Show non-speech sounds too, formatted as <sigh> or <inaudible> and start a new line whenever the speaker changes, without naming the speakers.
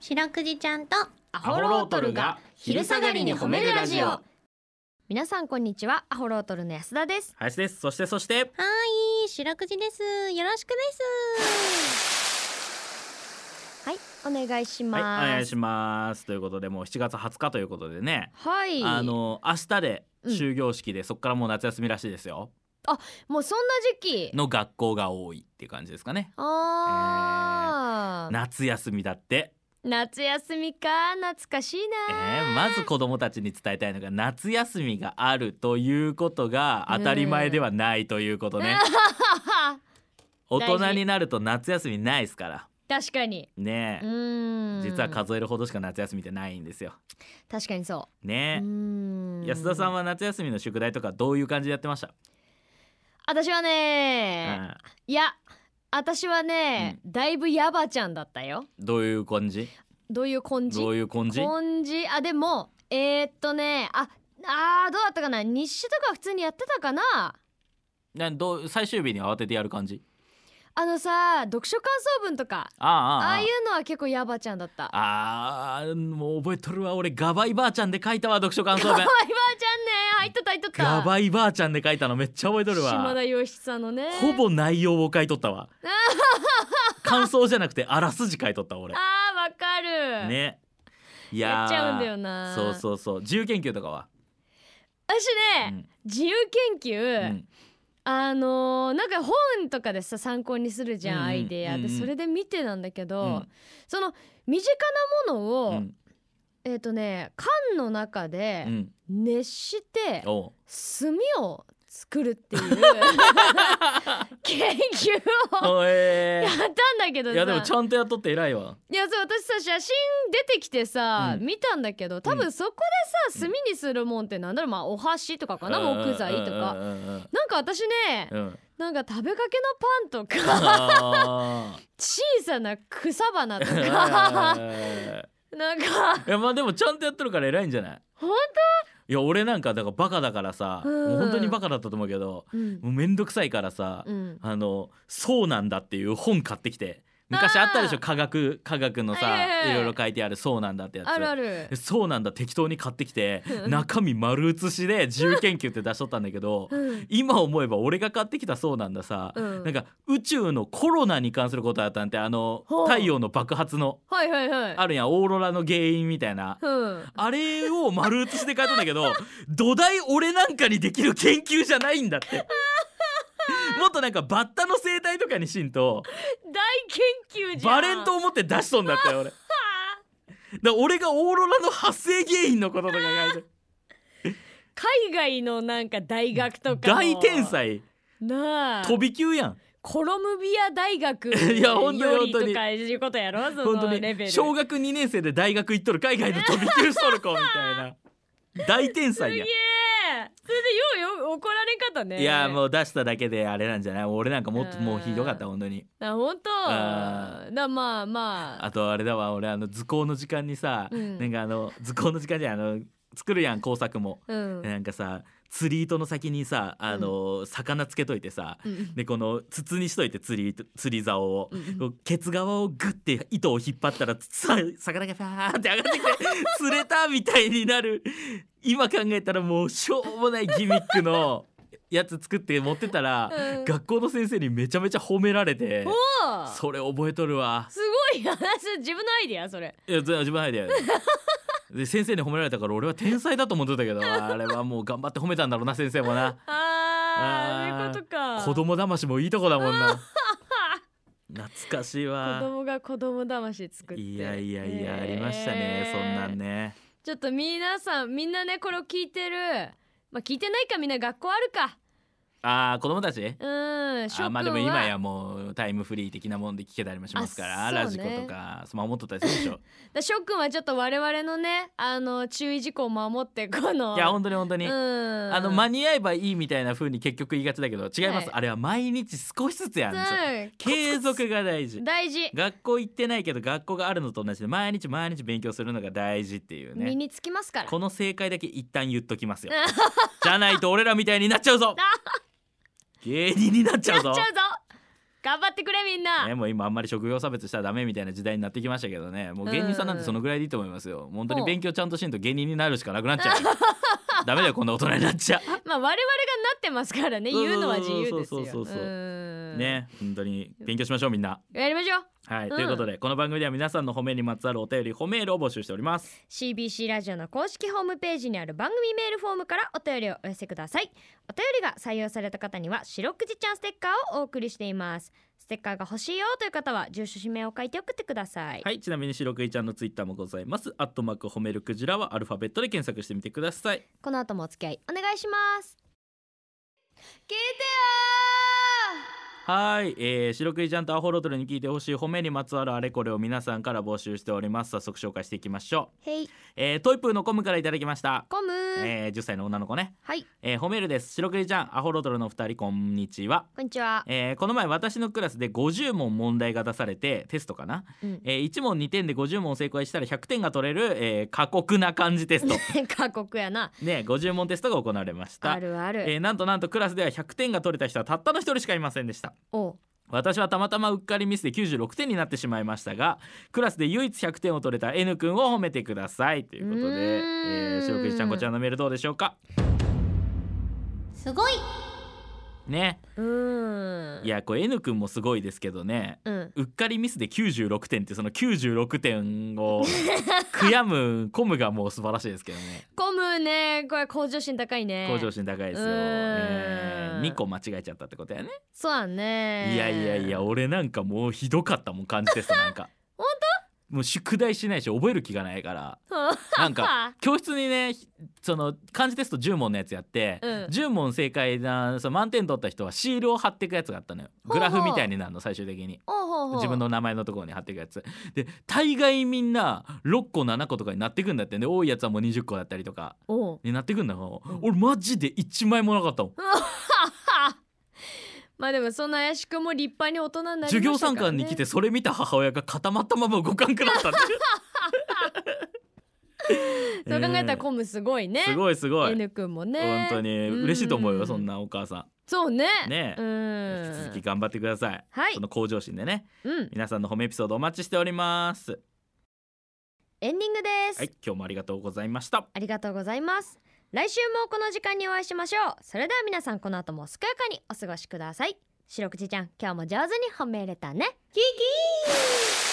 白くじちゃんと
ア
ホロートルが昼下がりに褒めるラジオ
皆さんこんにちはアホロートルの安田です
林ですそしてそして
はーい白くじですよろしくです
はいお願いし
はいお
ま
願い
す
しますということでもう7月20日ということでね
はい、
あの明日で
うん
終業式で、そっからもう夏休みらしいですよ
もうそんな時期
の学校が多いっていう感じですかね
あー、
夏休みだって
夏休みか懐かしい
え
な、
ーまず子どもたちに伝えたいのが夏休みがあるということが当たり前ではないということね、 <laughs>
ん
大
大
人
事
になると夏休みないですから
確かに
ね
う
え
ーん
実は数えるほどしか夏休みってないんですよ
確かにそう
ね
うー
え
ん
安田さんは夏休みの宿題とかどういう感じでやってました、
私はね、
うん
いや私はね、だいぶヤバちゃんだったよ
どういう感じ
どういう根性
どういう感じ
根治あでもえー、っとねああーどうだったかな日誌とか普通にやってたかな
などう最終日に慌ててやる感じ
あのさ読書感想文とか
ああああ
ああ
あ
いうのは結構ヤバちゃんだったあ
あーもう覚えとるわ俺ガバイばあちゃんで書いたわ読書感想
<laughs> ヤバちゃん
文
ね入っとった入っとった
ガバイばあちゃんで書いたのめっちゃ覚えとる
島
わ
田洋七さんのね
ほぼ内容を書いとっ
<laughs>
たわ感想じゃなくてあらすじ書いとった俺
あーわかる、
ねい
や
やー
っちゃうんだよな
そうそうそう自由研究とかは、
私
う
ね、
ん
自由研
う
究、
ん
あのーなんか本とかでさ参考にするじゃん、
うんうん
アイデアで、
うんうん
それで見てなんだけど、
うん
その身近なもの
う
を、
ん
えー、っとね缶の中で、
うん
熱して
おう
炭を作るっていう
<laughs>
研究を
おえ
や <laughs> っ
ー
たんだけどさ
いやでもちゃんとやっとって偉いわ
いやそう私さ写真出てきてさ、
うん
見たんだけど多分そこでさ、炭にするもんってなんだろうまあお箸とかかな、木材とか。
うんうん
なんか私ね、
うんうん
なんか食べかけのパンとか
あ
小さな草花と
ー <laughs>
かなんか
いやまあでもちゃんとやってるから偉いんじゃない
本
いや俺なんかだからバカだからさ、
うん
もう本当にバカだったと思うけど
当うん
もうめんどくさいからさ、
うん
あのそうなんだっていう本買ってきて昔あったでし
あー
ょ科学科学の
はいはいは
さ
い
いろいろ書いてあるそうなんだってやつ
あるある
でそうなんだ適当に買ってきて
うん
中身丸写しで自由研究って出しとったんだけど
うん
今思えば俺が買ってきたそうなんださ、
うん
なんか宇宙のコロナに関することだったんてあの
ほう
太陽の爆発の
はいはいはい
あるやんオーロラの原因みた
<laughs>
いな
うん
あれを丸写しで書いたんだけど <laughs> 土台俺なんかにできる研究じゃないん
<laughs>
だって。もっとなんかバッタの生態とかにしんと
大研究じゃん
バレンと思って出しとんだっ
<laughs>
たよ俺。だから俺がオーロラの発生原因のこととか書いて
海外のなんか大学 <laughs> とかの
大天才
なあ
飛び級やん
コロムビア大学
<laughs> いや本当に
より
本当
と
に
かいうことやろそ
本当
のレベ
に
ル
小学2年生で大学行っとる海外の飛び級しとる子みたい
<laughs>
な大天才やん
すげえそれでようよ怒られ方ね
いや
う
もう出しただけであれなんじゃない俺なんかもっと
うん
もうひどかった本当に
あ本当
あ
なまあまあ
あとあれだわ俺あの図工の時間にさ、
うん
なんかあの図工の時間じゃないあの作るやん工作も、
うん
なんかさ釣り糸の先にさあの、魚つけといてさ
うん
でこの筒にしといて釣り糸釣り竿を、
うん
こうケツ側をグッて糸を引っ張ったらさ魚がファーって上がってきて
<laughs>
釣れたみたいになる今考えたらもうしょうもないギミックのやつ作って持ってたら、
うん
学校の先生にめちゃめちゃ褒められて
おー
それ覚えとるわ
すごい話自分のアイディアそれ
いや自分アイデアでで先生に褒められたから俺は天才だと思ってたけどあれはもう頑張って褒めたんだろうな先生もな
あー
あ
そ
ー
ういうことか
子供騙しもいいとこだもん
<laughs>
な懐かしいわ
子供が子供魂作って
いやいやいや、
ねえ
ありましたねそんなんね
ちょっと皆さんみんなねこれを聞いてるまあ聞いてないかみんな学校あるか
ああ子供たち
うん
あーまあでも
諸君は
今やもうタイムフリー的なもんで聞けたりもしますから、
あ
ラ
そう
ジ
ね
コとかスマホ持っとったりする
<laughs>
でしょ
だしょっくんはちょっと我々のねあの注意事項を守ってこの
いや本当に本当に、
うん
あの間に合えばいいみたいな風に結局言いがちだけど違います、
はい
あれは毎日少しずつやるんですよ
うん
継続が大事
大事、
学校行ってないけど学校があるのと同じで毎日毎日勉強するのが大事っていう
身
ね
につきますから
この正解だけ一旦言っと
<laughs>
きますよじゃないと俺らみたいになっちゃうぞ芸人になっちゃうぞ
やっちゃうぞ頑張ってくれみんな、
ね、もう今あんまり職業差別したらダメみたいな時代になってきましたけどねもう芸人さんなんてそのぐらいでいいと思いますよ本当に勉強ちゃんとしんと芸人になるしかなくな <laughs> っちゃうダメだよこんな大人になっちゃ
まあ我々がなってますからね
そう
言うのは自由ですよ
そうそうそうそうう
うん
ね本当に勉強しましょうみんな
やりましょう
はい、
うん
ということでこの番組では皆さんの褒めにまつわるお便り褒めールを募集しております
CBC ラジオの公式ホームページにある番組メールフォームからお便りをお寄せくださいお便りが採用された方には「白くじちゃんステッカー」をお送りしていますステッカーが欲しいよという方は住所氏名を書いて送ってください、
はいちなみに白くいちゃんのツイッターもございますアットマーク褒めるクジラはアルファベットで検索してみてください
この後もお付き合いお願いします聞いてよ
はい、えー、白くいちゃんとアホロトルに聞いてほしい褒めにまつわるあれこれを皆さんから募集しております早速紹介していきましょ、
ーへいう
えー、トイプーのコムからいただきました
コム
えー、10歳の女の子ね、
はい
えー、褒めるです白くじちゃんアホロトルの2人こんにちは、
こんにちは、
えー、この前私のクラスで50問問題が出されてテストかな、
うん、
えー、1問2点で50問正解したら100点が取れる、えー、過酷な漢字テ
<laughs>
スト
過酷やな
ね50問テストが行われました
あるある、
えー、なんとなんとクラスでは100点が取れた人はたったの1人しかいませんでした
おう
私はたまたまうっかりミスで96点になってしまいましたがクラスで唯一100点を取れた N 君を褒めてくださいということで、
うー
え
ん
ー、白くじちゃんこちらのメールどうでしょうか
すごい
ね
うーん
いやこれ N 君もすごいですけどね
うん
うっかりミスで96点ってその96点 <laughs> を悔やむコムがもう素晴らしいですけどね
コムねこれ向上心高いね
向上心高いですよ、
うーん
え2個間違えちゃったってことやね、
そうだね
いやいやいや俺なんかもうひどかったもん感じ <laughs> テストなんか
本
当もう宿題しないし覚える気がない <laughs> から
うん
なんか教室にねひその漢字テスト10問のやつやって、
<laughs> うん
10問正解なその満点取った人はシールを貼っていくやつがあったのよ
ほうほ
グ
う
ラフみたいになるの最終的に
おうほうほう
自分の名前のところに貼っていくやつで大概みんな6個7個とかになってくんだってね多いやつはもう20個だったりとか
おう
になってくんだよ、
うん
俺マジで1枚もなかったもん
まあでもそんな林くんも立派に大人になりましたから、ね、
授業参観に来てそれ見た母親が固まったまま動かんくなったって
<laughs> そう考えたら
え
コムすごいね、
ーすごいすごい
N くんもね
本当に嬉しいと思うよそんなお母さ
そうね
んね
う
え
ん
引き続き頑張ってください
はい
その向上心でね
うん
皆さんの褒めエピソードお待ちしております
エンディングです、
はい今日もありがとうございました
ありがとうございます来週もこの時間にお会いしましょうそれでは皆さんこの後も健やかにお過ごしください白口ちゃん今日も上手に褒めれたねキキー